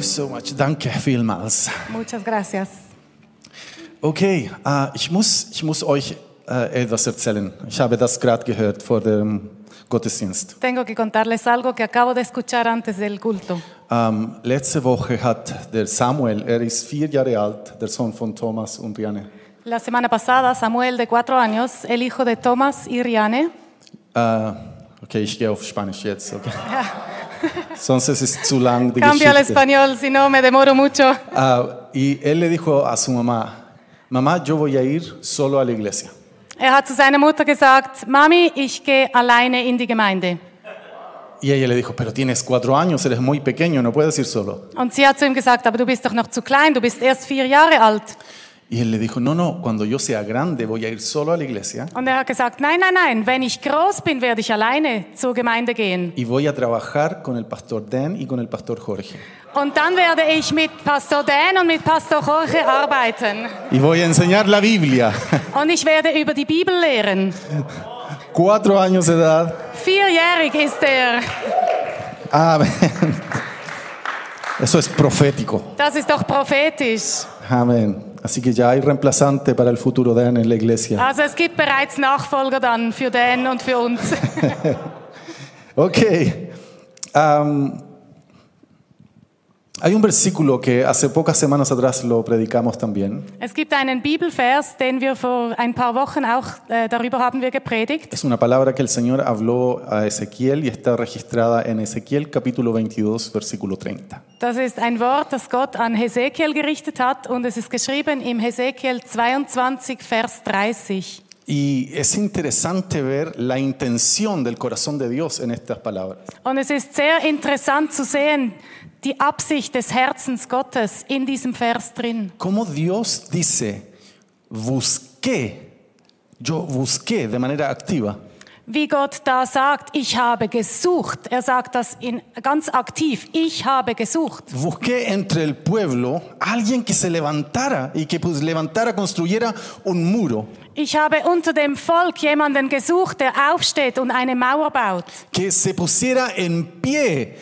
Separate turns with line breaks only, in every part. so much. Danke vielmals.
Muchas gracias.
Okay, äh, ich, muss, ich muss euch äh, etwas erzählen. Ich habe das gerade gehört vor dem Gottesdienst.
Tengo que contarles algo que acabo de escuchar antes del culto.
Ähm, letzte Woche hat der Samuel, er ist vier Jahre alt, der Sohn von Thomas und Rianne,
La semana pasada, Samuel, de cuatro años, el hijo de Thomas y Riane,
Äh, okay, ich gehe auf Spanisch jetzt. Okay. Sonst es ist zu lang die
cambio al
Geschichte.
español, si no me demoro mucho.
Ah, y él le dijo a su mamá, mamá, yo voy a ir solo a la iglesia.
Er hat zu seiner Mutter gesagt, Mami, ich gehe alleine in die Gemeinde.
Y ella le dijo, pero tienes cuatro años, eres muy pequeño, no puedes ir solo.
Und sie hat zu ihm gesagt, aber du bist doch noch zu klein, du bist erst vier Jahre alt.
Y él le dijo, no, no, cuando yo sea grande voy a ir solo a la iglesia
Und er hat gesagt, nein, nein, nein, wenn ich groß bin, werde ich alleine zur Gemeinde gehen.
y voy a trabajar con el pastor Dan y con el pastor Jorge.
Und dann werde ich mit Pastor Dan und mit Pastor Jorge arbeiten.
Y voy a enseñar la Biblia.
Und ich werde über die Bibel lehren.
cuatro años de edad.
Vierjährig ist er.
Amén. Eso es profético.
Das ist doch prophetisch.
Amén. Así que ya hay reemplazante para el futuro Dan en la iglesia.
Also es gibt bereits Nachfolger dann für Dan und für uns.
Ok. Am, hay un versículo que hace pocas semanas atrás lo predicamos también.
Es gibt einen Bibelvers, den wir vor ein paar Wochen auch, äh, darüber haben wir gepredigt.
Es una palabra que el Señor habló a Ezequiel y está registrada en Ezequiel capítulo 22, versículo 30.
Das ist ein Wort, das Gott an Hesekiel gerichtet hat und es ist geschrieben im Hesekiel 22, Vers 30.
Y es interesante ver la intención del corazón de Dios en estas palabras.
Und es ist sehr interessant zu sehen, die Absicht des Herzens Gottes in diesem Vers drin.
Cómo Dios dice, busqué, yo busqué de manera activa.
Wie Gott da sagt, ich habe gesucht. Er sagt das in, ganz aktiv, ich habe gesucht.
Busqué entre el pueblo alguien que se levantara y que pues, levantara, construyera un muro,
Ich habe unter dem Volk jemanden gesucht, der aufsteht und eine Mauer baut.
que se pusiera en pie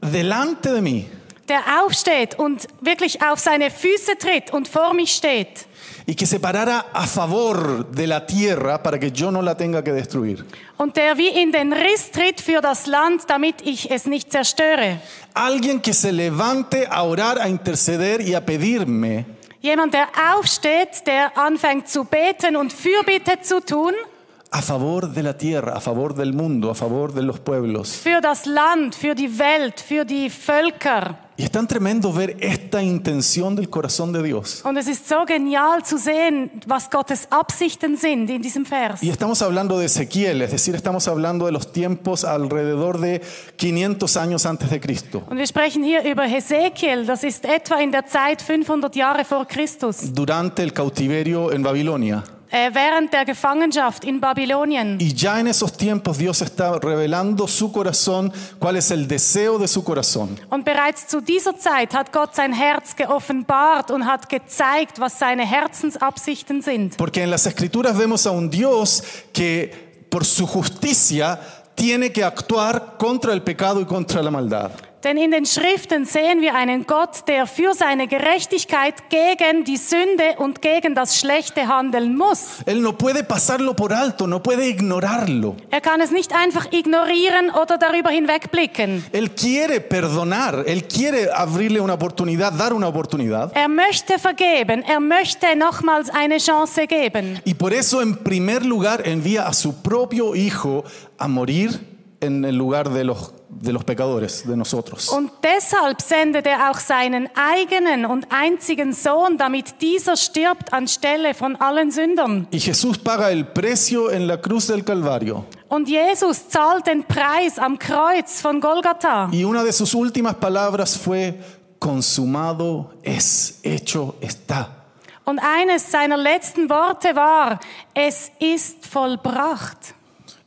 delante de mí
Der aufsteht und wirklich auf seine Füße tritt und vor mich steht.
y que se parara a favor de la tierra para que yo no la tenga que destruir.
Und der wie in den Riss tritt für das Land, damit ich es nicht zerstöre.
Alguien que se levante a orar, a interceder y a pedirme
Jemand, der aufsteht, der anfängt zu beten und Fürbitte zu tun
a favor de la tierra, a favor del mundo, a favor de los pueblos.
für das Land, für die Welt, für die Völker.
Y es tan tremendo ver esta intención del corazón de Dios.
Und es ist so genial zu sehen, was Gottes Absichten sind in diesem Vers.
Y estamos hablando de Ezequiel, es decir, estamos hablando de los tiempos alrededor de 500 años antes de Cristo.
Und wir sprechen hier über Hesekiel, das ist etwa in der Zeit 500 Jahre vor Christus,
durante el cautiverio en Babilonia.
äh, während der Gefangenschaft in Babylonien.
Y ya en esos tiempos Dios está revelando su corazón, cuál es el deseo de su corazón.
Und bereits zu dieser Zeit hat Gott sein Herz geoffenbart und hat gezeigt, was seine Herzensabsichten sind.
Porque en las escrituras vemos a un Dios que por su justicia tiene que actuar contra el pecado y contra la maldad.
Denn in den Schriften sehen wir einen Gott, der für seine Gerechtigkeit gegen die Sünde und gegen das Schlechte handeln muss.
Él no puede pasarlo por alto, no puede ignorarlo.
Er kann es nicht einfach ignorieren oder darüber hinwegblicken.
Él quiere perdonar, él quiere abrirle una oportunidad, dar una oportunidad.
Er möchte vergeben, er möchte nochmals eine Chance geben.
Y por eso en primer lugar envía a su propio hijo a morir en el lugar de los, de los pecadores, de nosotros.
Und deshalb sendet er auch seinen eigenen und einzigen Sohn, damit dieser stirbt anstelle von allen Sündern.
Y Jesús paga el precio en la cruz del Calvario.
Und Jesus zahlt den Preis am Kreuz von Golgatha.
Y una de sus últimas palabras fue, consumado es, hecho está.
Und eines seiner letzten Worte war, es ist vollbracht.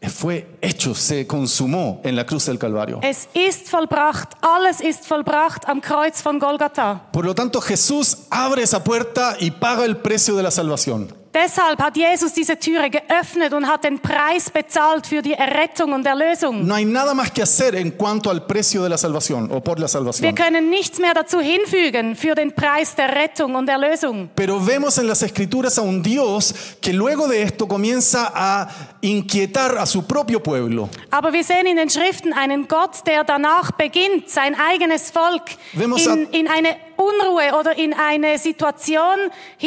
Eh, Fue hecho, se consumó en la cruz del Calvario.
Es ist vollbracht. Alles ist vollbracht am Kreuz von Golgatha.
Por lo tanto, Jesús abre esa puerta y paga el precio de la salvación.
Deshalb hat Jesus diese Türe geöffnet und hat den Preis bezahlt für die Errettung und Erlösung.
No hay nada más que hacer en cuanto al precio de la salvación o por la
Wir
salvación.
können nichts mehr dazu hinfügen für den Preis der Rettung und Erlösung.
Pero vemos en las escrituras a un Dios que luego de esto comienza a inquietar a su propio pueblo.
Aber wir sehen in den Schriften einen Gott, der danach beginnt, sein eigenes Volk
Vemos
in,
a-
in eine Unruhe oder in eine Situation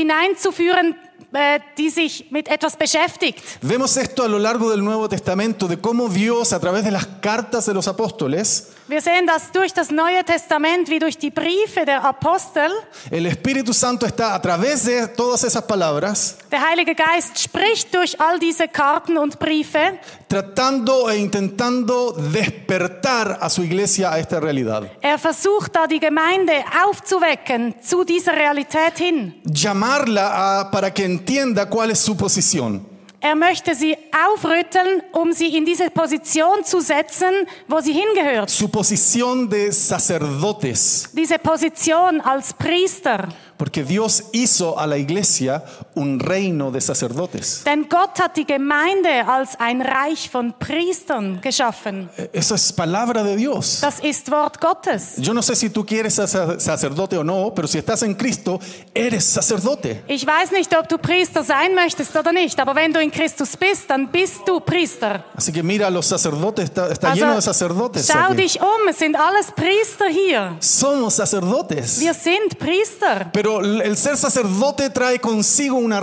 hineinzuführen, äh, die sich mit etwas beschäftigt.
Vemos esto a lo largo del Nuevo Testamento, de cómo Dios a través de las cartas de los apóstoles,
Wir sehen das durch das Neue Testament wie durch die Briefe der Apostel.
el Espíritu Santo está a través de todas esas palabras,
Der Heilige Geist spricht durch all diese Karten und Briefe.
tratando e intentando despertar a su iglesia a esta realidad.
Er versucht da die Gemeinde aufzuwecken zu dieser Realität hin.
Llamarla a- para que entienda cuál es su posición.
Er möchte sie aufrütteln, um sie in diese Position zu setzen, wo sie hingehört.
Su posición de sacerdotes.
Diese Position als Priester.
Porque Dios hizo a la iglesia un reino de sacerdotes.
Denn Gott hat die Gemeinde als ein Reich von Priestern geschaffen.
Eh, Eso es palabra de Dios.
Das ist Wort Gottes.
Yo no sé si tú quieres ser sa- sacerdote o no, pero si estás en Cristo, eres sacerdote.
Ich weiß nicht, ob du Priester sein möchtest oder nicht, aber wenn du in Christus bist, dann bist du Priester.
Así que mira, los sacerdotes, está, está lleno de sacerdotes.
Also, schau
aquí.
dich um, es sind alles Priester hier.
Somos sacerdotes.
Wir sind Priester.
Pero l- el ser sacerdote trae consigo una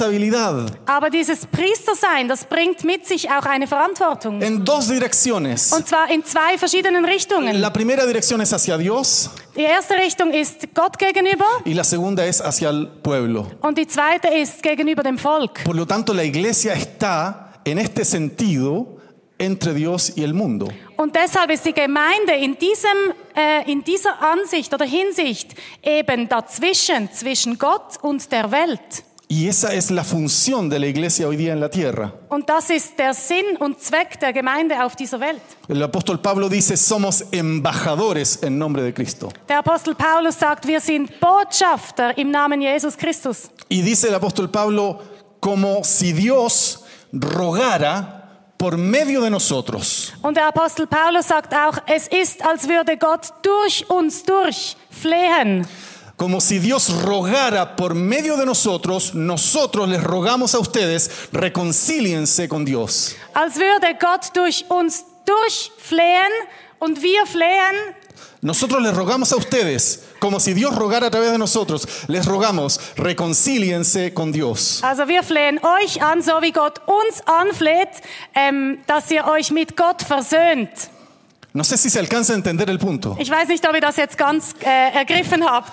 responsabilidad
Aber dieses Priestersein, das bringt mit sich auch eine Verantwortung.
en dos direcciones.
Und zwar in zwei verschiedenen Richtungen.
La primera dirección es hacia Dios
Die erste Richtung ist Gott gegenüber
y la segunda es hacia el pueblo.
und die zweite ist gegenüber dem Volk.
Por lo tanto, la iglesia está en este sentido entre Dios y el mundo.
Und deshalb ist die Gemeinde in, diesem, äh, in dieser Ansicht oder Hinsicht eben dazwischen, zwischen Gott und der Welt.
Y esa es la función de la iglesia hoy día en la tierra.
Und das ist der Sinn und Zweck der Gemeinde auf dieser Welt.
El apóstol Pablo dice, somos embajadores en nombre de Cristo.
Der Apostel Paulus sagt, wir sind Botschafter im Namen Jesus Christus.
Y dice el apóstol Pablo, como si Dios rogara por medio de nosotros.
Und der Apostel Paulus sagt auch, es ist, als würde Gott durch uns durch flehen.
Como si Dios rogara por medio de nosotros, nosotros les rogamos a ustedes, reconcíliense con Dios.
Als würde Gott durch uns durch flehen und wir flehen.
Nosotros les rogamos a ustedes, como si Dios rogara a través de nosotros, les rogamos, reconcíliense con Dios.
Also wir flehen euch an, so wie Gott uns anfleht, ähm, dass ihr euch mit Gott versöhnt.
No sé si se alcanza a entender el punto.
Ich weiß nicht, ob ihr das jetzt ganz äh, ergriffen habt.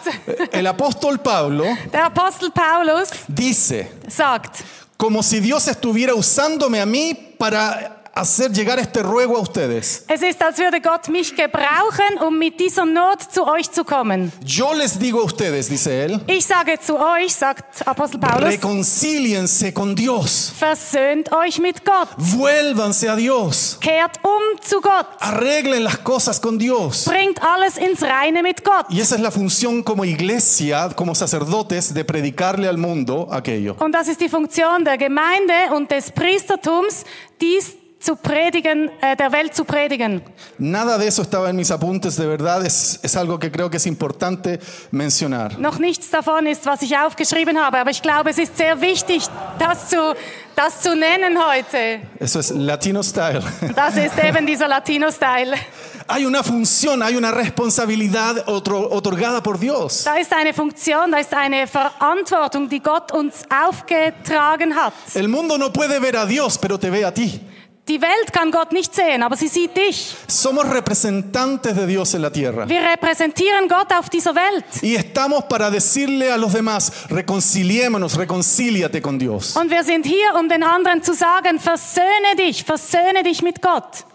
El apóstol Pablo
Der Apostel Paulus
dice,
sagt,
como si Dios estuviera usándome a mí para hacer llegar este ruego a ustedes.
es ist, als würde Gott mich gebrauchen, um mit dieser Not zu euch zu kommen.
Yo les digo a ustedes, dice él,
Ich sage zu euch, sagt Apostel Paulus,
reconcíliense con Dios,
versöhnt euch mit Gott,
vuélvanse a Dios,
kehrt um zu Gott,
arreglen las cosas con Dios.
bringt alles ins Reine mit Gott.
Y esa es la función como iglesia, como sacerdotes, de predicarle al mundo aquello.
Und das ist die Funktion der Gemeinde und des Priestertums, dies zu predigen, äh, der Welt zu predigen.
Nada de eso estaba en mis apuntes, de verdad es, es algo que creo que es importante mencionar.
Noch nichts davon ist, was ich aufgeschrieben habe, aber ich glaube, es ist sehr wichtig, das zu, das zu nennen heute.
Eso es Latino Style.
Das ist eben dieser Latino-Style.
hay una función, hay una responsabilidad otro- otorgada por Dios.
Da ist eine Funktion, da ist eine Verantwortung, die Gott uns aufgetragen hat.
El mundo no puede ver a Dios, pero te ve a ti.
Die Welt kann Gott nicht sehen, aber sie sieht dich.
Somos representantes de Dios en la tierra.
Wir repräsentieren Gott auf dieser Welt.
Y estamos para decirle a los demás, reconciliémonos, reconcíliate con Dios.
Und wir sind hier, um den anderen zu sagen, versöhne dich, versöhne dich mit Gott.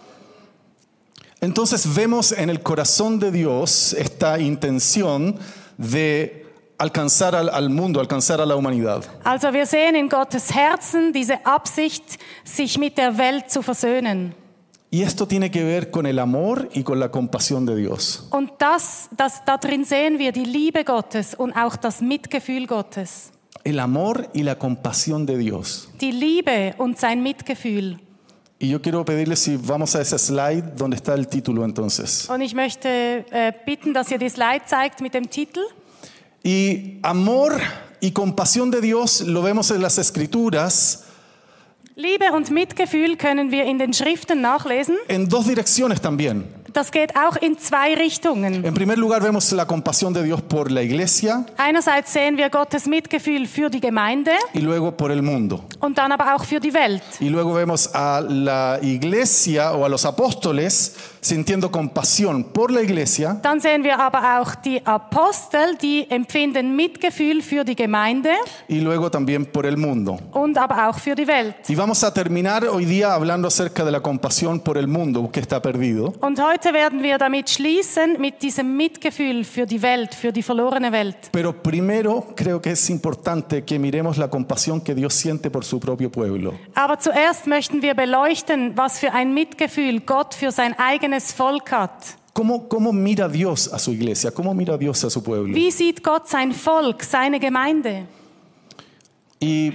Entonces vemos en el corazón de Dios esta intención de alcanzar al, al mundo, alcanzar a la humanidad.
Also wir sehen in Gottes Herzen diese Absicht, sich mit der Welt zu versöhnen.
Y esto tiene que ver con el amor y con la compasión de Dios.
Und das, das, da drin sehen wir die Liebe Gottes und auch das Mitgefühl Gottes.
el amor y la compasión de Dios.
die Liebe und sein Mitgefühl.
Y yo quiero pedirle si vamos a ese slide donde está el título entonces.
Und ich möchte äh, bitten, dass ihr die Slide zeigt mit dem Titel.
Y amor y compasión de Dios lo vemos en las escrituras
Liebe und Mitgefühl können wir in den Schriften nachlesen.
en dos direcciones también.
Das geht auch in zwei Richtungen.
En primer lugar vemos la compasión de Dios por la iglesia
Einerseits sehen wir Gottes Mitgefühl für die Gemeinde
y luego por el mundo.
und dann aber auch für die Welt.
Y luego vemos a la iglesia o a los apóstoles sintiendo compasión por la iglesia
Dann sehen wir aber auch die Apostel, die empfinden Mitgefühl für die Gemeinde
y luego también por el mundo.
und aber auch für die Welt.
Y vamos a terminar hoy día hablando acerca de la compasión por el mundo que está perdido.
Und heute werden wir damit schließen mit diesem Mitgefühl für die Welt, für die verlorene Welt.
Pero primero creo que es importante que miremos la compasión que Dios siente por su propio pueblo.
Aber zuerst möchten wir beleuchten, was für ein Mitgefühl Gott für sein eigenes Volk hat.
¿Cómo, cómo mira Dios a su iglesia? ¿Cómo mira Dios a su pueblo?
Wie sieht Gott sein Volk, seine Gemeinde?
Y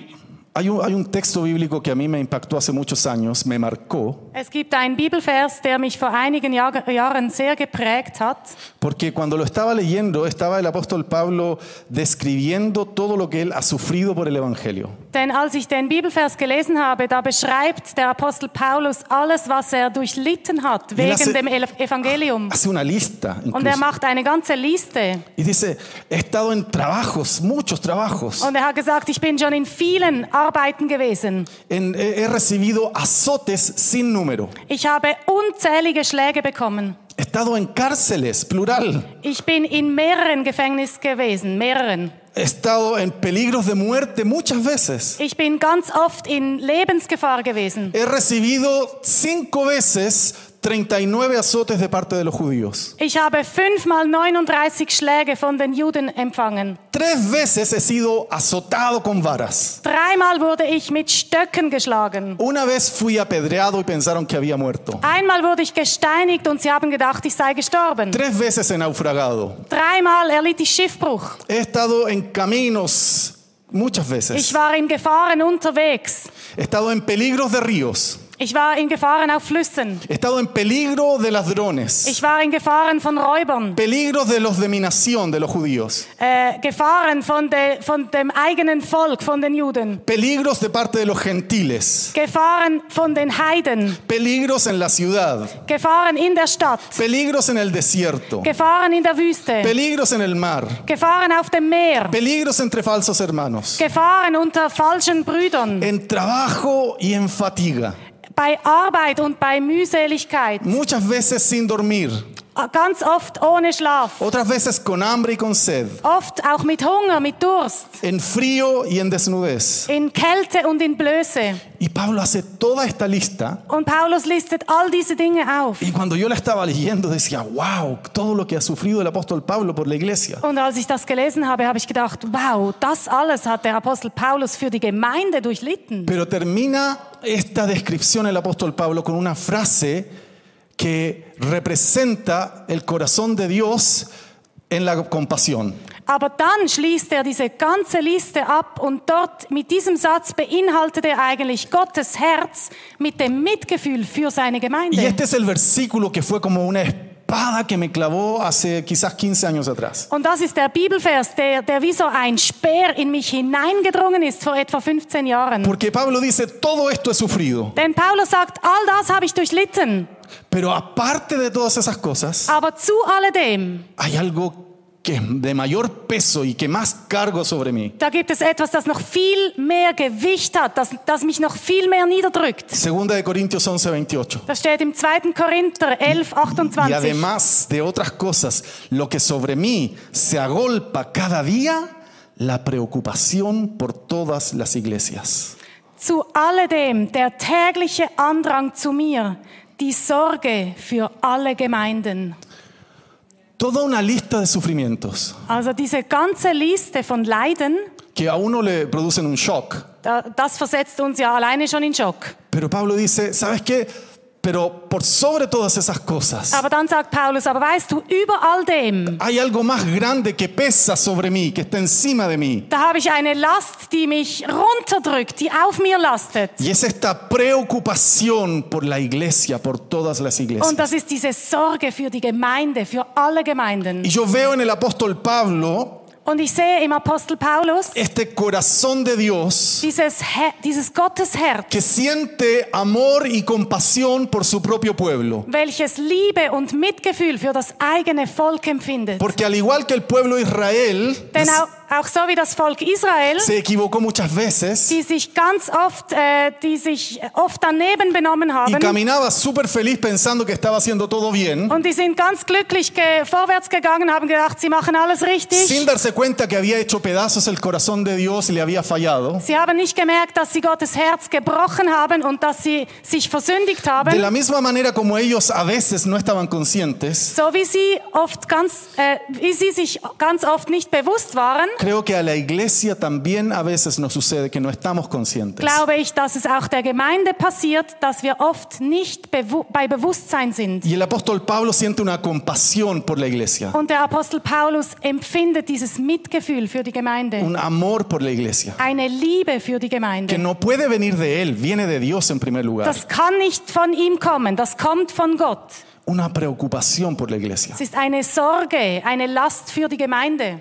hay un, hay un texto bíblico que a mí me impactó hace muchos años, me marcó,
Es gibt einen Bibelvers, der mich vor einigen Jahr Jahren sehr geprägt hat.
porque cuando lo estaba leyendo estaba el apóstol Pablo describiendo todo lo que él ha sufrido por el Evangelio.
Denn als ich den Bibelvers gelesen habe, da beschreibt der Apostel Paulus alles, was er durchlitten hat
Lasse-
wegen dem Ele- Evangelium.
Hace una lista.
Und er
Incluso,
macht eine ganze Liste.
y dice, he estado en trabajos, muchos trabajos.
Und er hat gesagt, ich bin schon in vielen Arbeiten gewesen.
En- he he recibido azotes sin número.
Ich habe unzählige Schläge bekommen.
He estado en cárceles, plural.
Ich bin in mehreren Gefängnissen gewesen, mehreren.
He estado en peligros de muerte muchas veces.
Ich bin ganz oft in Lebensgefahr gewesen.
He recibido cinco veces 39 azotes de parte de los judíos.
Ich habe fünfmal 39 Schläge von den Juden empfangen.
Tres veces he sido azotado con varas.
Dreimal wurde ich mit Stöcken geschlagen.
Una vez fui apedreado y pensaron que había muerto.
Einmal wurde ich gesteinigt und sie haben gedacht, ich sei gestorben.
Tres veces he naufragado.
Dreimal erlitt ich Schiffbruch.
He estado en caminos muchas
Ich
veces.
war in Gefahren unterwegs.
He estado en peligros de ríos.
Ich war in Gefahren auf Flüssen.
He estado en peligro de ladrones.
Ich war in Gefahren von Räubern.
Peligros de los de mi nación, de los judíos.
Äh, Gefahren von, de, von dem eigenen Volk, von den Juden.
Peligros de parte de los gentiles.
Gefahren von den Heiden.
Peligros en la ciudad.
Gefahren in der Stadt.
Peligros en el desierto.
Gefahren in der Wüste.
Peligros en el mar.
Gefahren auf dem Meer.
Peligros entre falsos hermanos.
Gefahren unter falschen Brüdern.
En trabajo y en fatiga.
Bei Arbeit und bei Mühseligkeit.
Muchas veces sin dormir.
Ganz oft ohne Schlaf.
Otras veces con hambre y con sed.
Oft auch mit Hunger, mit Durst,
En frío y en desnudez.
in Kälte und in Blöße.
Y Pablo hace toda esta lista.
Und Paulus listet all diese Dinge auf.
Y cuando yo la estaba leyendo decía, wow, todo lo que ha sufrido el apóstol Pablo por la iglesia.
Und als ich das gelesen habe, habe ich gedacht, wow, das alles hat der Apostel Paulus für die Gemeinde durchlitten.
Pero termina esta descripción el apóstol Pablo con una frase que representa el corazón de Dios en la compasión.
Aber dann schließt er diese ganze Liste ab und dort mit diesem Satz beinhaltet er eigentlich Gottes Herz mit dem Mitgefühl für seine
Y
Gemeinde.
este es el versículo que fue como una espada que me clavó hace quizás 15 años atrás.
Und das ist der Bibelvers, der, der wie so ein Speer in mich hineingedrungen ist vor etwa 15 Jahren.
Porque Pablo dice, todo esto he sufrido,
Denn Paulus sagt, all das habe ich durchlitten.
pero aparte de todas esas cosas,
Aber zu alledem,
hay algo que es de mayor peso y que más cargo sobre mí.
da gibt es etwas, das noch viel mehr Gewicht hat, das, das mich noch viel mehr niederdrückt.
Segunda de Corintios 11, 28.
Das steht im 2. Korinther 11,
Y
28.
además de otras cosas, lo que sobre mí se agolpa cada día, la preocupación por todas las iglesias.
Zu alledem der tägliche Andrang zu mir, die Sorge für alle Gemeinden.
Toda una lista de sufrimientos
Also diese ganze Liste von Leiden,
que a uno le producen un shock.
da- das versetzt uns ja alleine schon in Schock.
Pero Pablo dice, ¿sabes qué? Pero por sobre todas esas cosas,
Aber dann sagt Paulus, aber weißt du, über all dem,
hay algo más grande que pesa sobre mí, que está encima de mí.
da habe ich eine Last, die mich runterdrückt, die auf mir lastet.
Y es esta preocupación por la iglesia, por todas las iglesias.
Und das ist diese Sorge für die Gemeinde, für alle
Y
Gemeinden.
yo veo en el apóstol Pablo
Und ich sehe im Apostel Paulus
este corazón de Dios
dieses, He- dieses Gottesherz,
que siente amor y compasión por su propio pueblo.
welches Liebe und Mitgefühl für das eigene Volk empfindet.
Porque al igual que el pueblo de Israel
Denn auch, auch so wie das Volk Israel,
se equivocó muchas veces
die sich ganz oft, äh, die sich oft daneben benommen
y
haben
caminaba súper feliz pensando que estaba haciendo todo bien,
und die sind ganz glücklich ge vorwärts gegangen, haben gedacht, sie machen alles
sin
richtig.
darse cuenta que había hecho pedazos el corazón de Dios y le había fallado.
Sie haben nicht gemerkt, dass sie Gottes Herz gebrochen haben und dass sie sich versündigt
De
haben.
la misma manera como ellos a veces no estaban conscientes,
So wie sie oft ganz, äh, wie sie sich ganz oft nicht bewusst waren,
creo que a la iglesia también a veces nos sucede que no estamos conscientes.
glaube ich, dass es auch der Gemeinde passiert, dass wir oft nicht bewu bei Bewusstsein sind.
Y el apóstol Pablo siente una compasión por la iglesia,
Und der Apostel Paulus empfindet dieses Mitgefühl für die Gemeinde,
un amor por la iglesia,
eine Liebe für die
que
Gemeinde.
no puede venir de él, viene de Dios en primer lugar.
Das kann nicht von ihm kommen, das kommt von Gott.
Una preocupación por la iglesia.
Es ist eine Sorge, eine Last für die Gemeinde.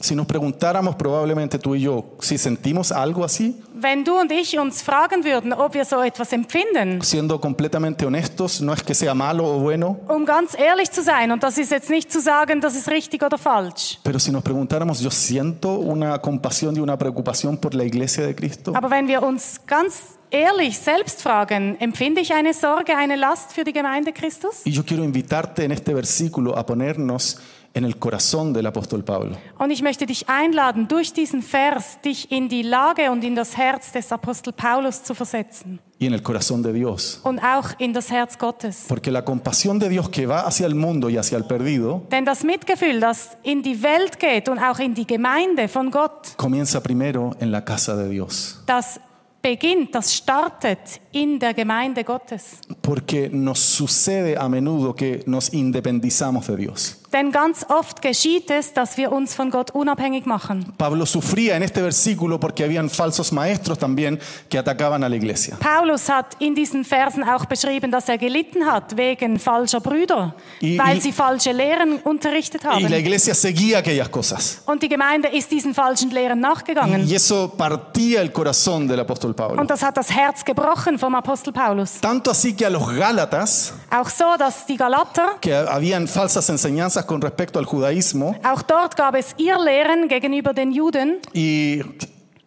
Si nos preguntáramos probablemente tú y yo si sentimos algo así,
Wenn du und ich uns fragen würden, ob wir so etwas empfinden,
siendo completamente honestos, no es que sea malo o bueno,
um ganz ehrlich zu sein, und das ist jetzt nicht zu sagen, das ist richtig oder falsch,
pero si nos preguntáramos, yo siento una compasión y una preocupación por la iglesia de Cristo.
aber wenn wir uns ganz ehrlich selbst fragen, empfinde ich eine Sorge, eine Last für die Gemeinde Christus?
Y yo quiero invitarte en este versículo a ponernos en el corazón del apóstol Pablo.
Und ich möchte dich einladen, durch diesen Vers dich in die Lage und in das Herz des Apostel Paulus zu versetzen
y en el corazón de Dios.
und auch in das Herz Gottes.
Porque la compasión de Dios que va hacia el mundo y hacia el perdido
Denn das Mitgefühl, das in die Welt geht und auch in die Gemeinde von Gott,
comienza primero en la casa de Dios.
das beginnt, das startet in der Gemeinde Gottes.
Porque nos sucede a menudo que nos independizamos de Dios.
Denn ganz oft geschieht es, dass wir uns von Gott unabhängig machen.
Pablo sufría en este versículo porque habían falsos maestros también que atacaban a la iglesia.
Paulus hat in diesen Versen auch beschrieben, dass er gelitten hat wegen falscher Brüder,
I-
weil
i-
sie falsche Lehren unterrichtet
Y la
haben.
iglesia seguía aquellas cosas.
Und die Gemeinde ist diesen falschen Lehren
Y
nachgegangen.
eso partía el corazón del apóstol Pablo.
Und das hat das Herz gebrochen vom Apostel Paulus.
Tanto así que a los Gálatas,
Auch so, dass die Galater,
que habían falsas enseñanzas con respecto al judaísmo,
auch dort gab es Irrlehren gegenüber den Juden.
Y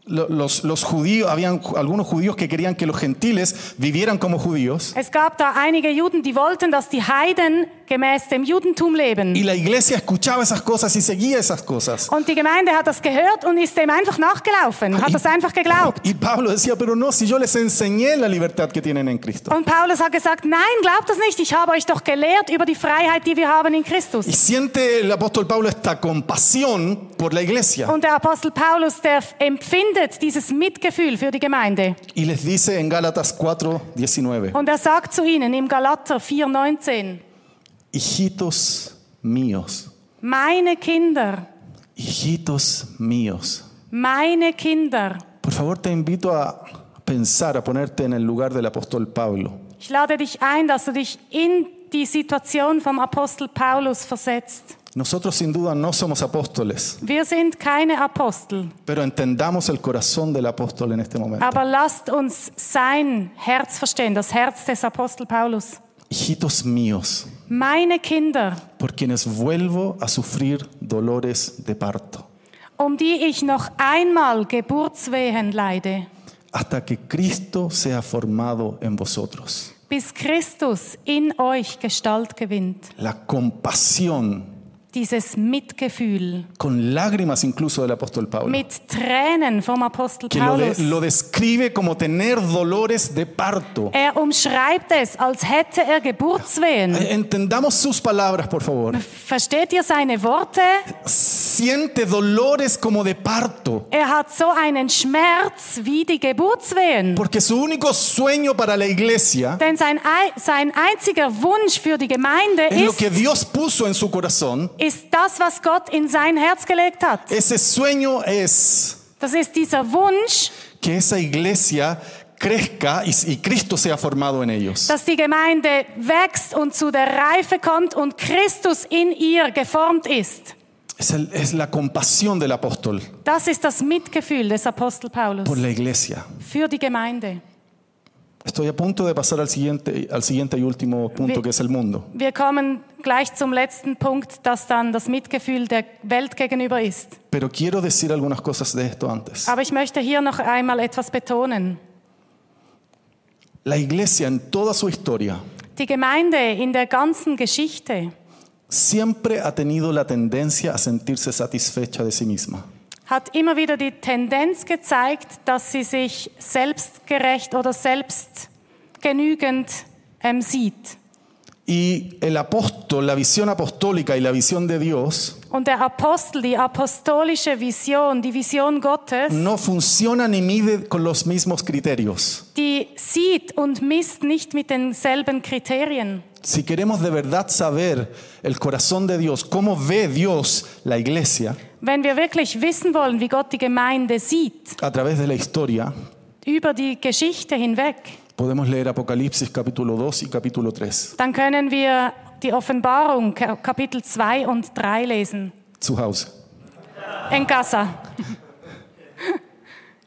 lo- los, los judíos, habían ju- algunos judíos que querían que los gentiles vivieran como judíos.
Es gab da einige Juden, die wollten, dass die Heiden gemäß dem Judentum
Y
leben.
la iglesia escuchaba esas cosas y seguía esas cosas.
Und die Gemeinde hat das gehört und ist dem einfach nachgelaufen, hat das einfach geglaubt.
Y Pablo decía, pero no, si yo les enseñé la libertad que tienen en Cristo.
Und Paulus hat gesagt, nein, glaubt das nicht, ich habe euch doch gelehrt über die Freiheit, die wir haben in
Y
Christus.
siente el apóstol Pablo esta compasión por la iglesia.
Und der Apostel Paulus, der empfindet dieses Mitgefühl für die Gemeinde.
Y les dice en Gálatas 4, 19,
Und er sagt zu ihnen im Galater 4,19,
hijitos míos,
meine Kinder,
hijitos míos.
meine Kinder,
Por favor te invito a pensar, a ponerte en el lugar del apóstol Pablo.
ich lade dich ein, dass du dich in die Situation vom Apostel Paulus versetzt.
Nosotros sin duda no somos apóstoles,
Wir sind keine Apostel,
pero entendamos el corazón del apóstol en este momento.
aber lasst uns sein Herz verstehen, das Herz des Apostel Paulus.
Hijitos míos,
Meine Kinder,
por quienes vuelvo a sufrir dolores de parto,
um die ich noch einmal Geburtswehen leide,
hasta que Cristo sea formado en vosotros.
bis Christus in euch Gestalt gewinnt.
La compasión
dieses Mitgefühl
con lágrimas incluso del apóstol Pablo,
mit Tränen vom Apostel
que lo, de-
Paulus.
lo describe como tener dolores de parto.
Er umschreibt es, als hätte er Geburtswehen.
Eh, Entendamos sus palabras, por favor.
Versteht ihr seine Worte?
Siente dolores como de parto,
Er hat so einen Schmerz wie die Geburtswehen.
porque su único sueño para la iglesia,
Denn sein, ei- sein einziger Wunsch für die Gemeinde
es lo
ist,
que Dios puso en su corazón.
ist das, was Gott in sein Herz gelegt hat.
Ese sueño es
Das ist dieser Wunsch,
que esa iglesia crezca y, y Cristo sea formado en ellos.
dass die Gemeinde wächst und zu der Reife kommt und Christus in ihr geformt ist.
Es, el- es la compasión del apóstol
Das ist das Mitgefühl des Apostel Paulus
por la iglesia.
für die Gemeinde.
Estoy a punto de pasar al siguiente, al siguiente y último punto,
Ve-
que es el mundo.
Wir kommen gleich zum letzten Punkt, das dann das Mitgefühl der Welt gegenüber ist.
Pero quiero decir algunas cosas de esto antes.
Aber ich möchte hier noch einmal etwas betonen.
La iglesia en toda su historia
Die Gemeinde in der ganzen Geschichte
siempre ha tenido la tendencia a sentirse satisfecha de sí misma.
hat immer wieder die Tendenz gezeigt, dass sie sich selbstgerecht oder selbstgenügend ähm, sieht.
Y el apóstol, la visión apostólica y la visión de Dios
Und der Apostel, die apostolische Vision, die Vision Gottes,
no funciona ni mide con los mismos criterios.
die sieht und misst nicht mit denselben Kriterien.
Si queremos de verdad saber el corazón de Dios, cómo ve Dios la iglesia
Wenn wir wirklich wissen wollen, wie Gott die Gemeinde sieht,
a través de la historia,
über die Geschichte hinweg,
podemos leer Apocalipsis capítulo 2 y capítulo 3.
dann können wir die Offenbarung Ka- Kapitel 2 und 3 lesen.
Su house.
En casa.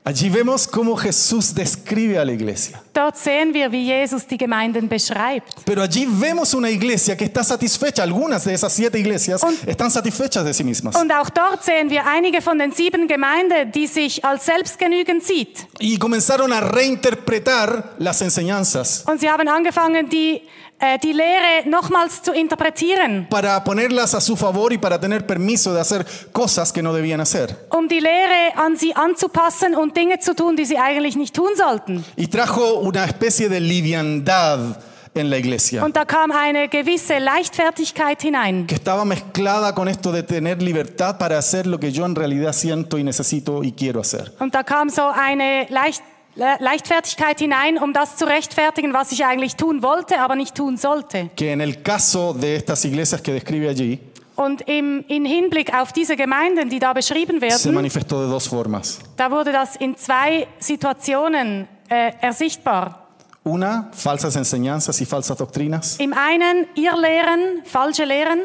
Allí vemos cómo Jesús describe a la iglesia.
Dort sehen wir, wie Jesus die Gemeinden beschreibt.
Pero allí vemos una iglesia que está satisfecha. Algunas de esas siete iglesias están satisfechas de sí mismas.
Und auch dort sehen wir einige von den sieben Gemeinden, die sich als selbstgenügend sieht.
Y comenzaron a reinterpretar las enseñanzas
Und sie haben angefangen, die, äh, die Lehre nochmals zu interpretieren,
para ponerlas a su favor y para tener permiso de hacer cosas que no debían hacer.
um die Lehre an sie anzupassen und Dinge zu tun, die sie eigentlich nicht tun sollten.
Y trajo una especie de liviandad en la iglesia,
Und da kam eine gewisse Leichtfertigkeit hinein,
que estaba mezclada con esto de tener libertad para hacer lo que yo en realidad siento y necesito y quiero hacer.
Und da kam so eine Leicht Le- Leichtfertigkeit hinein, um das zu rechtfertigen, was ich eigentlich tun wollte, aber nicht tun sollte.
Que en el caso de estas iglesias que describe allí,
Und im, in Hinblick auf diese Gemeinden, die da beschrieben
se
werden,
manifestó de dos formas.
da wurde das in zwei Situationen äh, ersichtbar.
Una, falsas enseñanzas y falsas doctrinas.
Im einen Irrlehren, falsche Lehren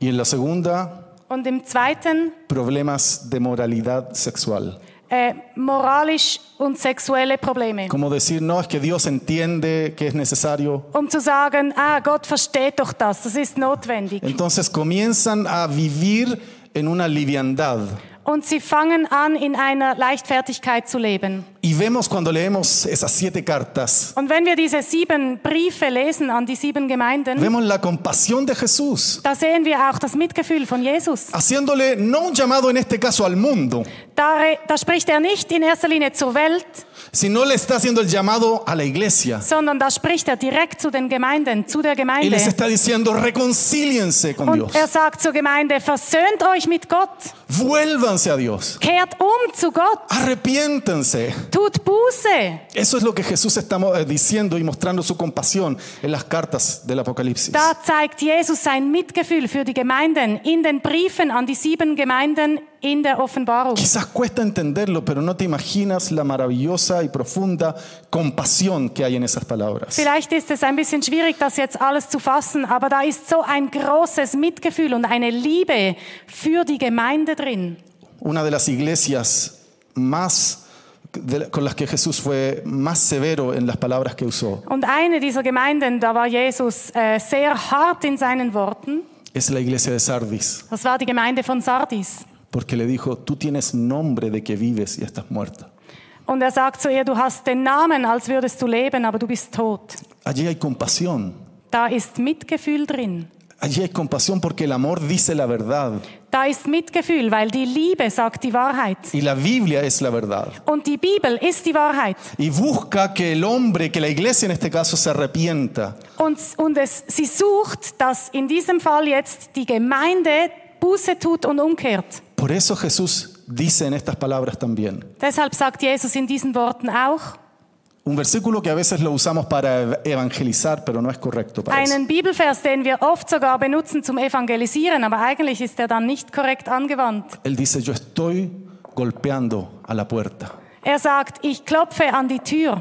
Y en la segunda,
und im zweiten
problemas de moralidad sexual.
äh, moralisch und sexuelle Probleme.
Como decir, no, es que Dios entiende que es necesario.
Um zu sagen, ah, Gott versteht doch das, das ist notwendig.
Entonces comienzan a vivir en una liviandad.
Und sie fangen an, in einer Leichtfertigkeit zu leben.
Y vemos cuando leemos esas siete cartas,
Und wenn wir diese sieben Briefe lesen an die sieben Gemeinden,
vemos la compasión de Jesús,
da sehen wir auch das Mitgefühl von Jesus.
haciéndole no un llamado en este caso al mundo,
Da, re- da spricht er nicht in erster Linie zur Welt,
sino le está haciendo el llamado a la iglesia.
sondern da spricht er direkt zu den Gemeinden, zu der
Y les
Gemeinde.
está diciendo, reconcíliense con Dios,
Und er sagt zur Gemeinde, versöhnt euch mit Gott,
vuélvanse a Dios,
kehrt um zu Gott,
arrepiéntense.
tut Buße.
Eso es lo que Jesús está mo- eh, diciendo y mostrando su compasión en las cartas del Apocalipsis.
Da zeigt Jesus sein Mitgefühl für die Gemeinden in den Briefen an die sieben Gemeinden in der Offenbarung.
Quizás cuesta entenderlo, pero no te imaginas la maravillosa y profunda compasión que hay en esas palabras.
Vielleicht ist es ein bisschen schwierig, das jetzt alles zu fassen, aber da ist so ein großes Mitgefühl und eine Liebe für die Gemeinde drin.
Una de las iglesias más de la- con las que Jesús fue más severo en las palabras que usó
Und eine dieser Gemeinden, da war Jesus äh, sehr hart in seinen Worten,
es la iglesia de Sardis,
das war die Gemeinde von Sardis.
porque le dijo, tú tienes nombre de que vives y estás muerta.
Und er sagt zu ihr, du hast den Namen, als würdest du leben, aber du bist tot.
Allí hay compasión,
Da ist Mitgefühl drin.
Allí hay compasión porque el amor dice la verdad
Da ist Mitgefühl, weil die Liebe sagt die Wahrheit.
y la Biblia es la verdad.
Und die Bibel ist die Wahrheit.
Y busca que el hombre, que la iglesia en este caso, se arrepienta.
Und, und es, sie sucht, dass in diesem Fall jetzt die Gemeinde Buße tut und umkehrt.
Por eso Jesús dice en estas palabras también.
Deshalb sagt Jesus in diesen Worten auch
Un versículo que a veces lo usamos para ev- evangelizar, pero no es correcto para eso.
einen Bibelvers, den wir oft sogar benutzen zum Evangelisieren, aber eigentlich ist er dann nicht korrekt angewandt.
Él dice, yo estoy golpeando a la puerta.
Er sagt, ich klopfe an die Tür.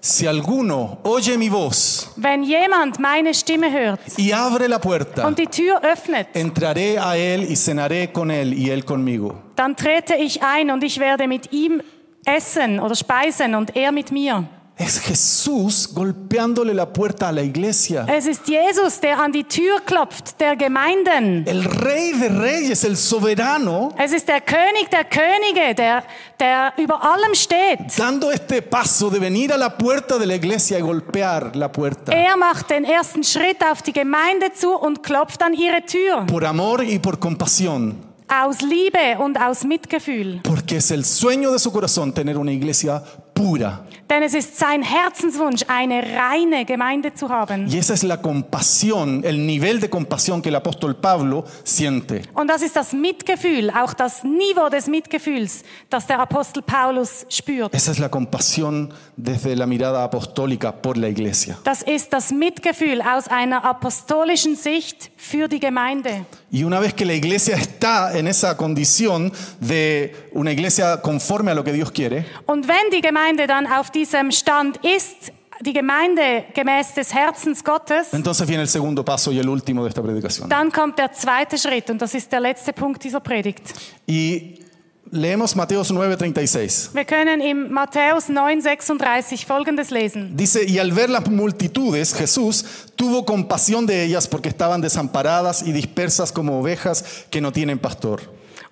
Si alguno oye mi voz
Wenn jemand meine Stimme hört
y abre la puerta,
und die Tür öffnet,
entraré a él y cenaré con él y él conmigo.
dann trete ich ein und ich werde mit ihm essen oder speisen und er mit mir.
Es Jesús golpeándole la puerta a la iglesia.
Es ist Jesus, der an die Tür klopft, der Gemeinden.
El rey de reyes, el soberano,
Es ist der König der Könige, der, der über allem steht.
dando este paso de venir a la puerta de la iglesia y golpear la puerta.
Er macht den ersten Schritt auf die Gemeinde zu und klopft an ihre Tür.
Por amor y por compasión.
Aus Liebe und aus Mitgefühl.
Porque es el sueño de su corazón tener una iglesia pura.
Denn es ist sein Herzenswunsch, eine reine Gemeinde zu haben.
Y esa es la compasión, el nivel de compasión que el apóstol Pablo siente.
Und das ist das Mitgefühl, auch das Niveau des Mitgefühls, das der Apostel Paulus spürt.
Esa es la compasión desde la mirada apostólica por la iglesia.
Das ist das Mitgefühl aus einer apostolischen Sicht für die Gemeinde.
Y una vez que la iglesia está en esa condición de una iglesia conforme a lo que Dios quiere,
Und wenn die Gemeinde dann auf diesem Stand ist, die Gemeinde gemäß des Herzens Gottes,
entonces viene el segundo paso y el último de esta predicación.
dann kommt der zweite Schritt und das ist der letzte Punkt dieser Predigt.
Y leemos Mateos 9:36.
Wir können im Matthäus 9,36 folgendes lesen.
Dice, y al ver las multitudes, Jesús tuvo compasión de ellas porque estaban desamparadas y dispersas como ovejas que no tienen pastor.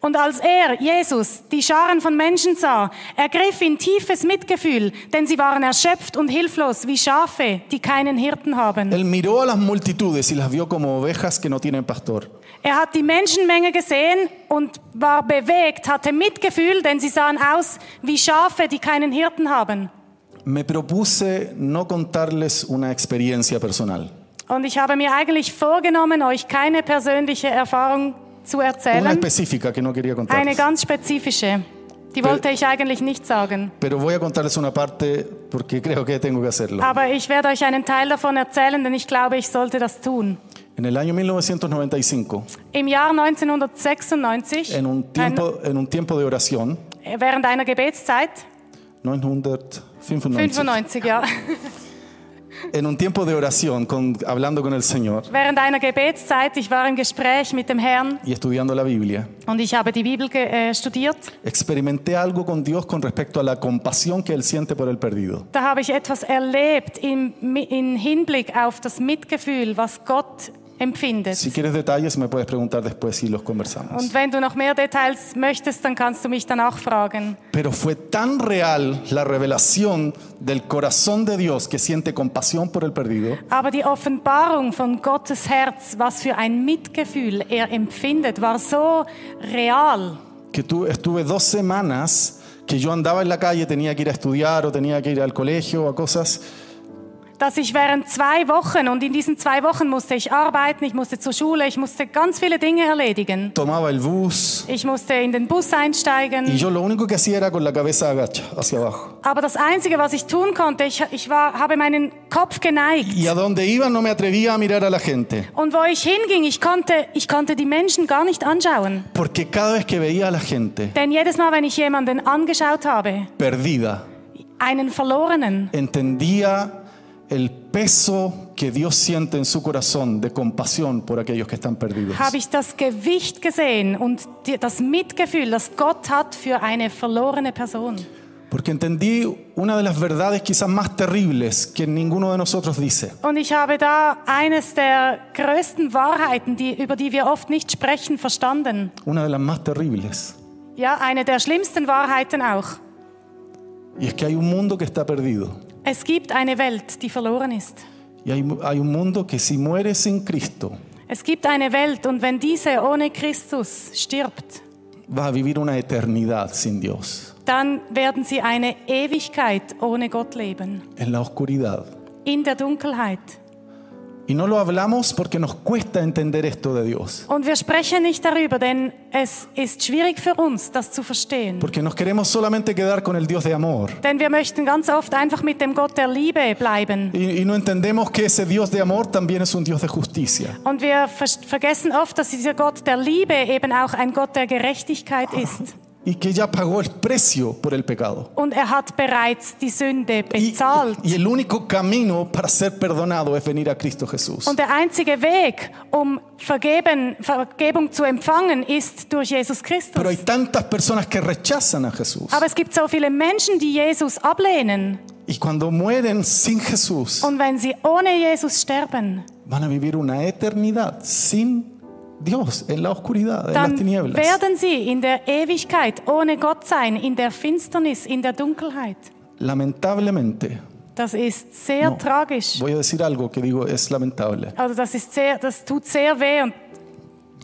Und als er, Jesus, die Scharen von Menschen sah, ergriff ihn tiefes Mitgefühl, denn sie waren erschöpft und hilflos wie Schafe, die keinen Hirten haben.
Él miró a las multitudes y las vio como ovejas que no tienen pastor.
Er hat die Menschenmenge gesehen und war bewegt, hatte Mitgefühl, denn sie sahen aus wie Schafe, die keinen Hirten haben.
Me propuse no contarles una experiencia personal.
Und ich habe mir eigentlich vorgenommen, euch keine persönliche Erfahrung zu
Una
erzählen,
específica que no quería
eine
contarles.
ganz spezifische. Die wollte ich eigentlich nicht sagen.
Pero voy a contarles una parte porque creo que tengo que hacerlo.
Aber ich werde euch einen Teil davon erzählen, denn ich glaube, ich sollte das tun.
En el año 1995,
Im Jahr 1996,
en un tiempo, en un tiempo de oración,
nein, während einer Gebetszeit,
995,
95, ja,
en un tiempo de oración, con- hablando con el Señor
während einer Gebetszeit, ich war im Gespräch mit dem Herrn
y estudiando la Biblia,
und ich habe die Bibel ge- äh, studiert.
experimenté algo con Dios con respecto a la compasión que Él siente por el perdido.
Da habe ich etwas erlebt im, im Hinblick auf das Mitgefühl, was Gott empfindet.
Si quieres detalles, me puedes preguntar después si los conversamos.
Und wenn du noch mehr Details möchtest, dann kannst du mich danach fragen.
Pero fue tan real la revelación del corazón de Dios que siente compasión por el perdido,
Aber die Offenbarung von Gottes Herz, was für ein Mitgefühl er empfindet, war so real.
que tu- estuve dos semanas que yo andaba en la calle, tenía que ir a estudiar o tenía que ir al colegio o a cosas,
Dass ich während zwei Wochen und in diesen zwei Wochen musste ich arbeiten, ich musste zur Schule, ich musste ganz viele Dinge erledigen.
tomaba el bus
Ich musste in den Bus
y
einsteigen.
yo lo único que hacía era con la cabeza agacha hacia abajo.
Aber das Einzige, was ich tun konnte, ich, ich war, habe meinen Kopf geneigt.
Y a donde iba no me atrevía a mirar a la gente,
Und wo ich hinging, ich konnte, ich konnte die Menschen gar nicht anschauen.
porque cada vez que veía a la gente
Denn jedes Mal, wenn ich jemanden angeschaut habe,
perdida,
einen Verlorenen,
entendía el peso que Dios siente en su corazón de compasión por aquellos que están perdidos.
habe ich das Gewicht gesehen und die, das Mitgefühl, das Gott hat für eine verlorene Person.
Porque entendí una de las verdades quizás más terribles que ninguno de nosotros dice.
Und ich habe da eines der größten Wahrheiten, die, über die wir oft nicht sprechen, verstanden.
Una de las más terribles.
Ja, eine der schlimmsten Wahrheiten auch.
Y es que hay un mundo que está perdido.
Es gibt eine Welt, die verloren ist.
Y hay, hay un mundo que si muere sin Cristo,
Es gibt eine Welt und wenn diese ohne Christus stirbt,
vas a vivir una eternidad sin Dios,
dann werden sie eine Ewigkeit ohne Gott leben,
en la oscuridad.
in der Dunkelheit.
Y no lo hablamos porque nos cuesta entender esto de Dios,
Und wir sprechen nicht darüber, denn es ist schwierig für uns, das zu verstehen.
porque nos queremos solamente quedar con el Dios de amor.
Denn wir möchten ganz oft einfach mit dem Gott der Liebe bleiben.
Y, y no entendemos que ese Dios de amor también es un Dios de justicia.
Und wir ver vergessen oft, dass dieser Gott der Liebe eben auch ein Gott der Gerechtigkeit ist.
Y que ya pagó el precio por el pecado.
Und er hat bereits die Sünde
Y,
bezahlt.
y el único camino para ser perdonado es venir a Cristo Jesús.
Und der einzige Weg, um Vergeben, Vergebung zu empfangen, ist durch Jesus
Pero hay
Christus.
tantas personas que rechazan a Jesús.
Aber es gibt so viele Menschen, die Jesus ablehnen.
Y cuando mueren sin Jesús,
Und wenn sie ohne Jesus sterben,
van a vivir una eternidad sin Dios, en la oscuridad, en las
dann
tinieblas.
werden sie in der Ewigkeit ohne Gott sein, in der Finsternis, in der Dunkelheit.
Lamentablemente,
Das ist sehr
No.
tragisch.
voy a decir algo que digo es lamentable.
Also das ist sehr, das tut sehr weh und,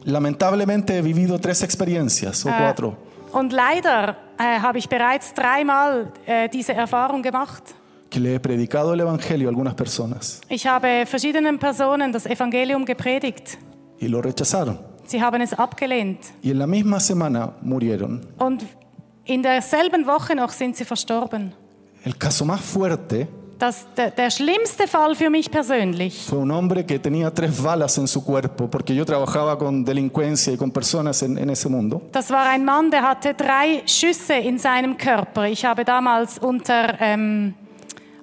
Lamentablemente he vivido tres experiencias o
Ah.
cuatro.
äh, und leider äh, habe ich bereits dreimal äh, diese Erfahrung gemacht.
que le he predicado el Evangelio a algunas personas
Ich habe verschiedenen Personen das Evangelium gepredigt.
y lo rechazaron.
Sie haben es abgelehnt
Y en la misma semana murieron.
und in derselben Woche noch sind sie verstorben.
El caso más fuerte
Das, der, der schlimmste Fall für mich persönlich
fue un hombre que tenía tres balas en su cuerpo, porque yo trabajaba con delincuencia y con personas en, en ese mundo.
Das war ein Mann, der hatte drei Schüsse in seinem Körper. Ich habe damals unter, ähm,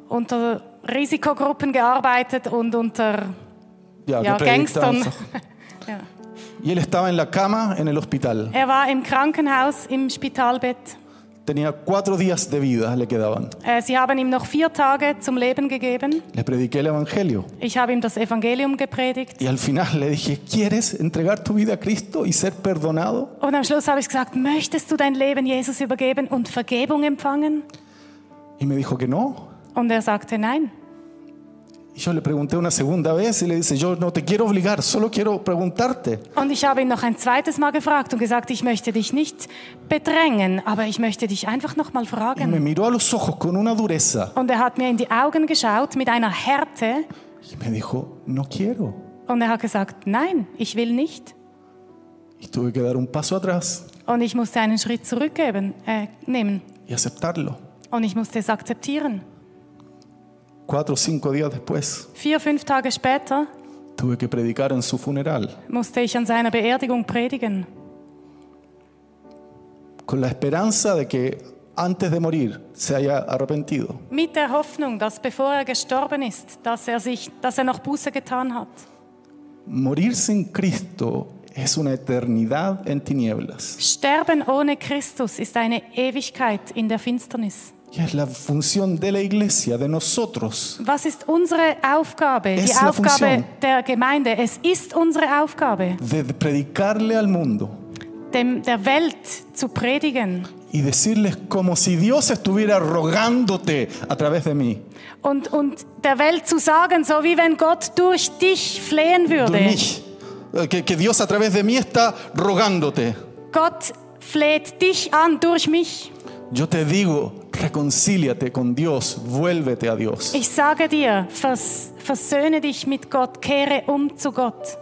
unter Risikogruppen gearbeitet und unter
Ya,
Ja,
que predictaban
gangstern.
esas-
Ja.
Y él estaba en la cama en el hospital.
Er war im Krankenhaus im Spitalbett.
Tenía cuatro días de vida, le quedaban.
Äh, Sie haben ihm noch vier Tage zum Leben gegeben.
Le prediqué el Evangelio.
Ich habe ihm das Evangelium gepredigt.
Y al final le dije, ¿quieres entregar tu vida a Cristo y ser perdonado?
Und am Schluss habe ich gesagt, möchtest du dein Leben Jesus übergeben und Vergebung empfangen?
Y me dijo que no.
Und er sagte nein.
Y yo le pregunté una segunda vez y le dice, yo no te quiero obligar, solo quiero preguntarte.
Und ich habe ihn noch ein zweites Mal gefragt und gesagt, ich möchte dich nicht bedrängen, aber ich möchte dich einfach noch mal
Y me
fragen.
miró a los ojos con una dureza
Und er hat mir in die Augen geschaut mit einer Härte
y me dijo, no quiero.
und er hat gesagt, nein, ich will nicht.
Y tuve que dar un paso atrás
Und ich musste einen Schritt zurückgeben, äh, nehmen
y aceptarlo.
und ich musste es akzeptieren.
Cuatro o cinco días después
Vier, fünf Tage später
tuve que predicar en su funeral
musste ich an seiner Beerdigung predigen,
con la esperanza de que antes de morir se haya arrepentido.
mit der Hoffnung, dass bevor er gestorben ist, dass er sich, dass er noch Buße getan hat.
Morir sin Cristo es una eternidad en tinieblas.
Sterben ohne Christus ist eine Ewigkeit in der Finsternis.
Y es la función de la iglesia, de nosotros,
Was ist unsere Aufgabe?
Es
Die
la
Aufgabe
función.
der Gemeinde. Es ist unsere Aufgabe,
de predicarle al mundo
dem, der Welt zu predigen
y decirles como si Dios estuviera rogándote a través de mí.
und, und der Welt zu sagen, so wie wenn Gott durch dich flehen
Durch
würde.
mich. Eh, Que, que Dios a través de mí está rogándote.
Gott fleht dich an durch mich.
Yo te digo, reconcíliate con Dios, vuélvete a Dios.
Ich sage dir, vers, versöhne dich mit Gott, kehre um zu Gott.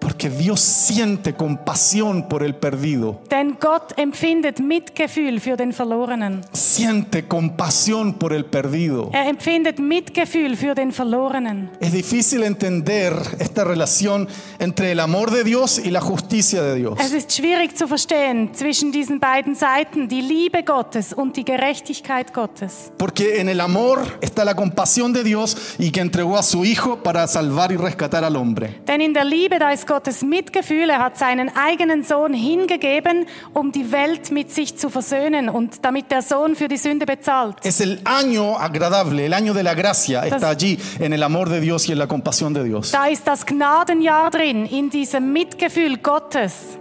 Porque Dios siente compasión por el perdido,
Denn Gott empfindet Mitgefühl für den Verlorenen.
siente compasión por el perdido.
Er empfindet Mitgefühl für den Verlorenen.
Es difícil entender esta relación entre el amor de Dios y la justicia de Dios.
Es ist schwierig zu verstehen zwischen diesen beiden Seiten, die Liebe Gottes und die Gerechtigkeit Gottes.
Porque en el amor está la compasión de Dios y que entregó a su Hijo para salvar y rescatar al hombre.
Denn in der Liebe, da ist Gottes Mitgefühl, er hat seinen eigenen Sohn hingegeben, um die Welt mit sich zu versöhnen und damit der Sohn für die Sünde bezahlt.
Es el año agradable, el año de la gracia, está allí en el amor de Dios y en la compasión de Dios.
Da ist das Gnadenjahr drin, in diesem Mitgefühl Gottes.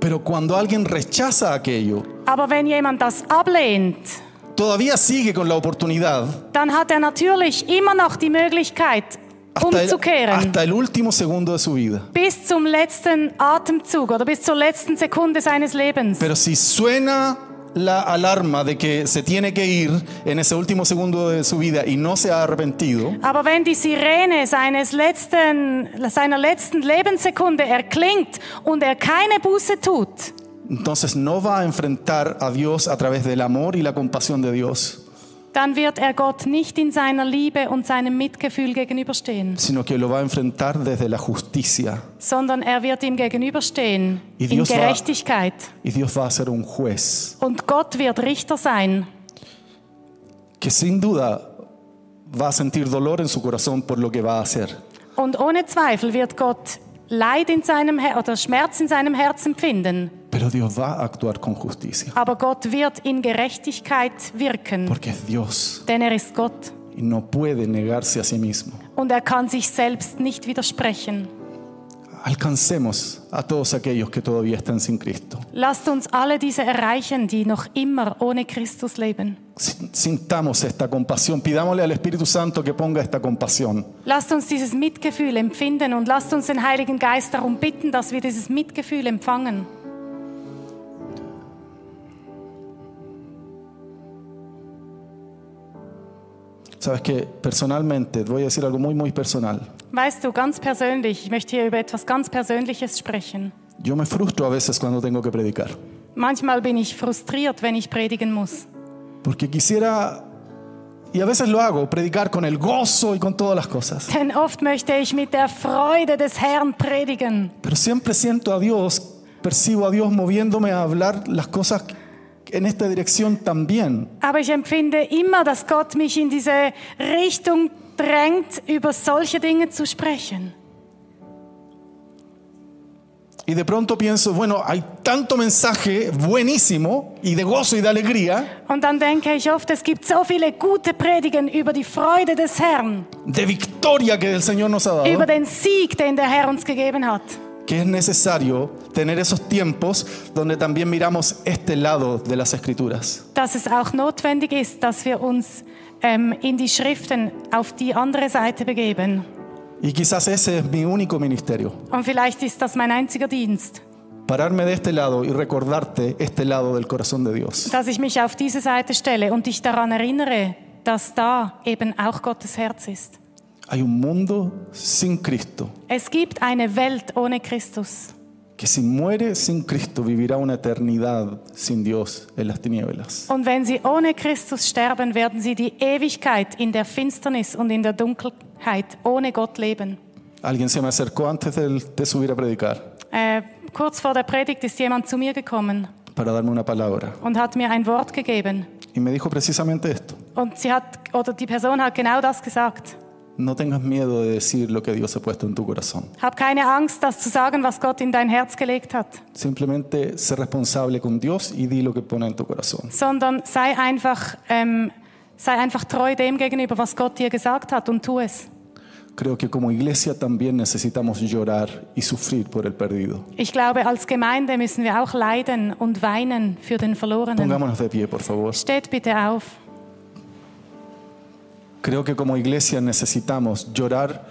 Pero cuando alguien rechaza aquello,
Aber wenn jemand das ablehnt,
todavía sigue con la oportunidad
dann hat er natürlich immer noch die Möglichkeit,
hasta el-
umzukehren.
hasta el último segundo de su vida.
bis zum letzten Atemzug oder bis zur letzten Sekunde seines Lebens.
Pero si suena la alarma de que se tiene que ir en ese último segundo de su vida y no se ha arrepentido,
Aber wenn die Sirene seines letzten, seiner letzten Lebenssekunde erklingt und er keine Buße tut,
entonces no va a enfrentar a Dios a través del amor y la compasión de Dios,
dann wird er Gott nicht in seiner Liebe und seinem Mitgefühl gegenüberstehen,
sino que lo va a enfrentar desde la justicia.
sondern er wird ihm gegenüberstehen
Y
in
Dios va-
Gerechtigkeit.
Y Dios va a ser un juez
Und Gott wird Richter sein,
que sin duda va a sentir dolor en su corazón por lo que va a hacer.
Und ohne Zweifel wird Gott Leid in seinem Her oder Schmerz in seinem Herzen finden,
Pero Dios va a actuar con justicia,
aber Gott wird in Gerechtigkeit wirken,
porque es Dios
denn er ist Gott
y no puede negarse a sí mismo.
und er kann sich selbst nicht widersprechen.
Alcancemos a todos aquellos que todavía están sin Cristo.
Lasst uns alle diese erreichen, die noch immer ohne Christus leben.
Sintamos esta compasión, pidámosle al Espíritu Santo que ponga esta compasión.
Lasst uns dieses Mitgefühl empfinden und lasst uns den Heiligen Geist darum bitten, dass wir dieses Mitgefühl empfangen.
Sabes que personalmente, te voy a decir algo muy, muy personal.
Weißt du, ganz persönlich, ich möchte hier über etwas ganz Persönliches sprechen.
Yo me frustro a veces cuando tengo que predicar,
Manchmal bin ich frustriert, wenn ich predigen muss.
porque quisiera, y a veces lo hago, predicar con el gozo y con todas las cosas.
Denn oft möchte ich mit der Freude des Herrn predigen.
Pero siempre siento a Dios, percibo a Dios moviéndome a hablar las cosas en esta dirección también.
Aber ich empfinde immer, dass Gott mich in diese Richtung drängt, über solche Dinge zu sprechen.
Y de pronto pienso, bueno, hay tanto mensaje buenísimo y de gozo y de alegría,
Und dann denke ich oft, es gibt so viele gute Predigen über die Freude des Herrn,
de victoria que el Señor nos ha
über
dado,
den Sieg, den der Herr uns gegeben hat.
que es necesario tener esos tiempos donde también miramos este lado de las escrituras.
Dass es auch notwendig ist, dass wir uns ähm, in die Schriften auf die andere Seite begeben.
Y quizás ese es mi único ministerio,
Und vielleicht ist das mein einziger Dienst,
pararme de este lado y recordarte este lado del corazón de Dios.
dass ich mich auf diese Seite stelle und dich daran erinnere, dass da eben auch Gottes Herz ist.
Hay un mundo sin Cristo,
Es gibt eine Welt ohne Christus,
que si muere sin Cristo vivirá una eternidad sin Dios en las tinieblas.
und wenn sie ohne Christus sterben, werden sie die Ewigkeit in der Finsternis und in der Dunkelheit ohne Gott leben.
Alguien se me acercó antes del- de subir a predicar.
Äh, kurz vor der Predigt ist jemand zu mir gekommen
para darme una palabra.
und hat mir ein Wort gegeben.
Y me dijo precisamente esto.
Und sie hat, oder die Person hat genau das gesagt.
No tengas miedo de decir lo que Dios ha puesto en tu corazón.
Hab keine Angst, das zu sagen, was Gott in dein Herz gelegt hat.
Simplemente sé responsable con Dios y di lo que pone en tu corazón.
sondern sei einfach, ähm, sei einfach treu dem gegenüber, was Gott dir gesagt hat und tu es.
Creo que como iglesia también necesitamos llorar y sufrir por el perdido.
Ich glaube, als Gemeinde müssen wir auch leiden und weinen für den Verlorenen.
Pongámonos de pie, por favor.
Steht bitte auf.
Creo que como iglesia necesitamos llorar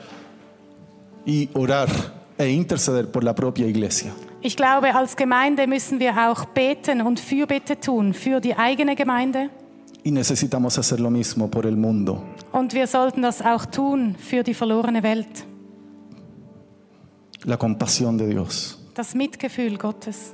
y orar e interceder por la propia iglesia.
Ich glaube, als Gemeinde müssen wir auch beten und Fürbitte tun für die eigene Gemeinde.
Y necesitamos hacer lo mismo por el mundo.
Und wir sollten das auch tun für die verlorene Welt.
La compasión de Dios.
Das Mitgefühl Gottes.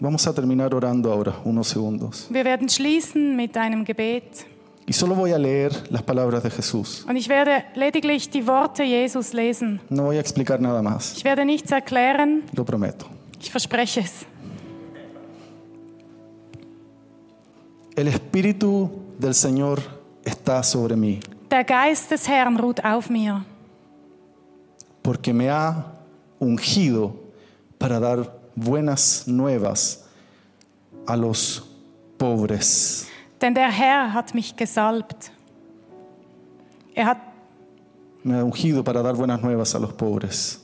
Vamos a terminar orando ahora, unos segundos.
Wir werden schließen mit einem Gebet.
Y solo voy a leer las palabras de Jesús.
Und ich werde lediglich die Worte Jesus lesen.
No voy a explicar nada más,
Ich werde nichts erklären.
lo prometo.
Ich verspreche es.
El Espíritu del Señor está sobre mí,
Der Geist des Herrn ruht auf mir,
porque me ha ungido para dar buenas nuevas a los pobres.
denn der Herr hat mich gesalbt. Er hat,
Me ha ungido para dar buenas nuevas a los pobres.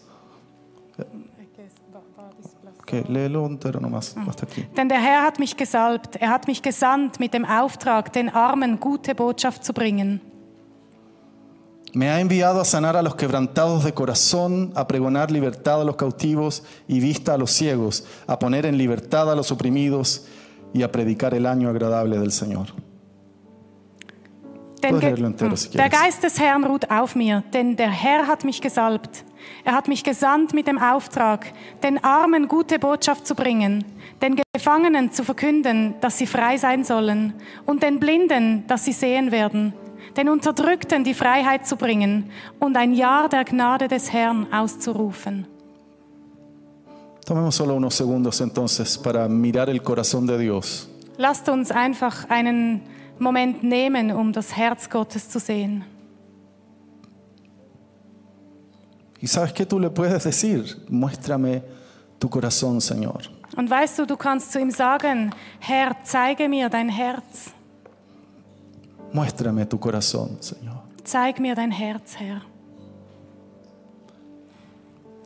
Ok, léelo entero nomás, hasta aquí.
Denn der Herr hat mich gesalbt, er hat mich gesandt mit dem Auftrag, den Armen gute Botschaft zu bringen.
Me ha enviado a sanar a los quebrantados de corazón, a pregonar libertad a los cautivos y vista a los ciegos, a poner en libertad a los oprimidos y a predicar el año agradable del Señor.
Denn
Puedes leerlo entero,
Hm.
si
der
quieres.
Geist des Herrn ruht auf mir, denn der Herr hat mich gesalbt. Er hat mich gesandt mit dem Auftrag, den Armen gute Botschaft zu bringen, den Gefangenen zu verkünden, dass sie frei sein sollen, und den Blinden, dass sie sehen werden, den Unterdrückten die Freiheit zu bringen und ein Jahr der Gnade des Herrn auszurufen.
Tomemos solo unos segundos entonces para mirar el corazón de Dios.
Lasst uns einfach einen Moment nehmen, um das Herz Gottes zu sehen.
Y sabes que tú le puedes decir, muéstrame tu corazón, Señor.
Und weißt du, du kannst zu ihm sagen, Herr, zeige mir dein Herz,
Muéstrame tu corazón, Señor.
zeig mir dein Herz, Herr.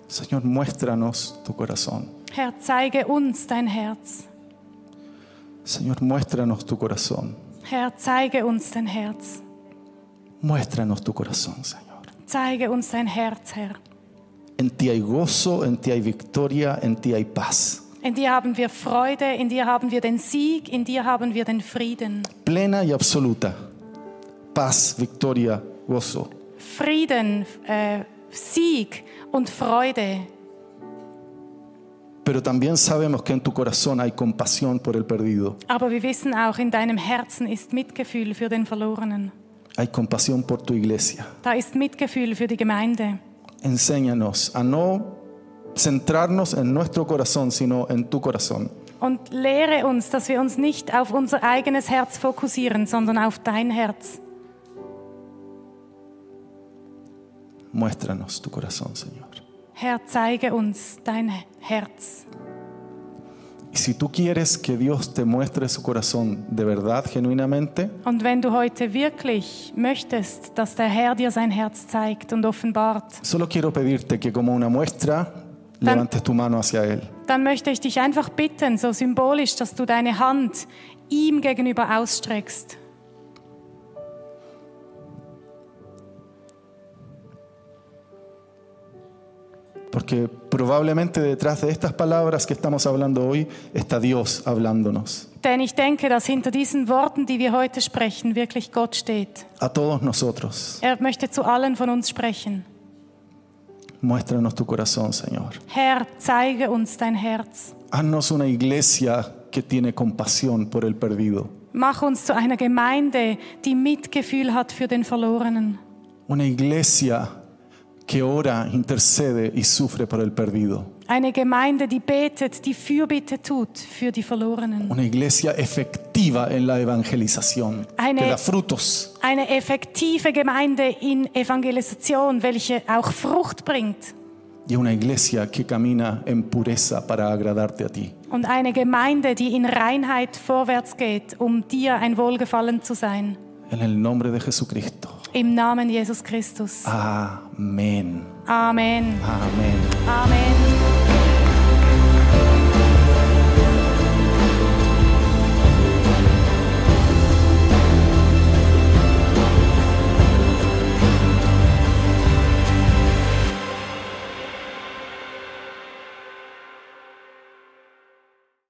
Señor, muéstranos tu corazón.
Herr, zeige uns dein Herz.
Señor, muéstranos tu corazón.
Herr, zeige uns dein Herz.
Muéstranos tu corazón, Señor.
Zeige uns dein Herz, Herr.
En ti hay gozo, en ti hay victoria, en ti hay paz.
In dir haben wir Freude, in dir haben wir den Sieg, in dir haben wir den Frieden.
Plena y absoluta. Paz, victoria, gozo.
Frieden, äh, Sieg und Freude.
Pero también sabemos que en tu corazón hay compasión por el perdido.
Aber wir wissen auch, in deinem Herzen ist Mitgefühl für den Verlorenen.
Hay compasión por tu iglesia.
Da ist Mitgefühl für die Gemeinde.
Enséñanos a no centrarnos en nuestro corazón, sino en tu corazón.
Und lehre uns, dass wir uns nicht auf unser eigenes Herz fokussieren, sondern auf dein Herz.
Muéstranos tu corazón, Señor.
Herr, zeige uns dein Herz.
Y si tú quieres que Dios te muestre su corazón de verdad, genuinamente,
Und wenn du heute wirklich möchtest, dass der Herr dir sein Herz zeigt und offenbart,
solo quiero pedirte que como una muestra levantes tu mano hacia Él.
dann möchte ich dich einfach bitten, so symbolisch, dass du deine Hand ihm gegenüber ausstreckst.
Porque probablemente detrás de estas palabras que estamos hablando hoy está Dios hablándonos
Denn ich denke, dass hinter diesen Worten, die wir heute sprechen, wirklich Gott steht.
a todos nosotros.
Er möchte zu allen von uns sprechen.
Muéstranos tu corazón, Señor.
Herr, zeige uns dein Herz.
Haznos una iglesia que tiene compasión por el perdido.
Mach uns zu einer Gemeinde, die Mitgefühl hat für den Verlorenen.
Una iglesia que ora, intercede y sufre por el perdido.
Eine Gemeinde, die betet, die Fürbitte tut für die Verlorenen.
Una iglesia efectiva en la evangelización,
Eine-
que da frutos.
Eine effektive Gemeinde in Evangelisation, welche auch Frucht bringt.
Y una iglesia que camina en pureza para agradarte a ti.
Und eine Gemeinde, die in Reinheit vorwärts geht, um dir ein Wohlgefallen zu sein.
En el nombre de Jesucristo.
Im Namen Jesus Christus.
Amén.
Amen.
Amén.
Amen.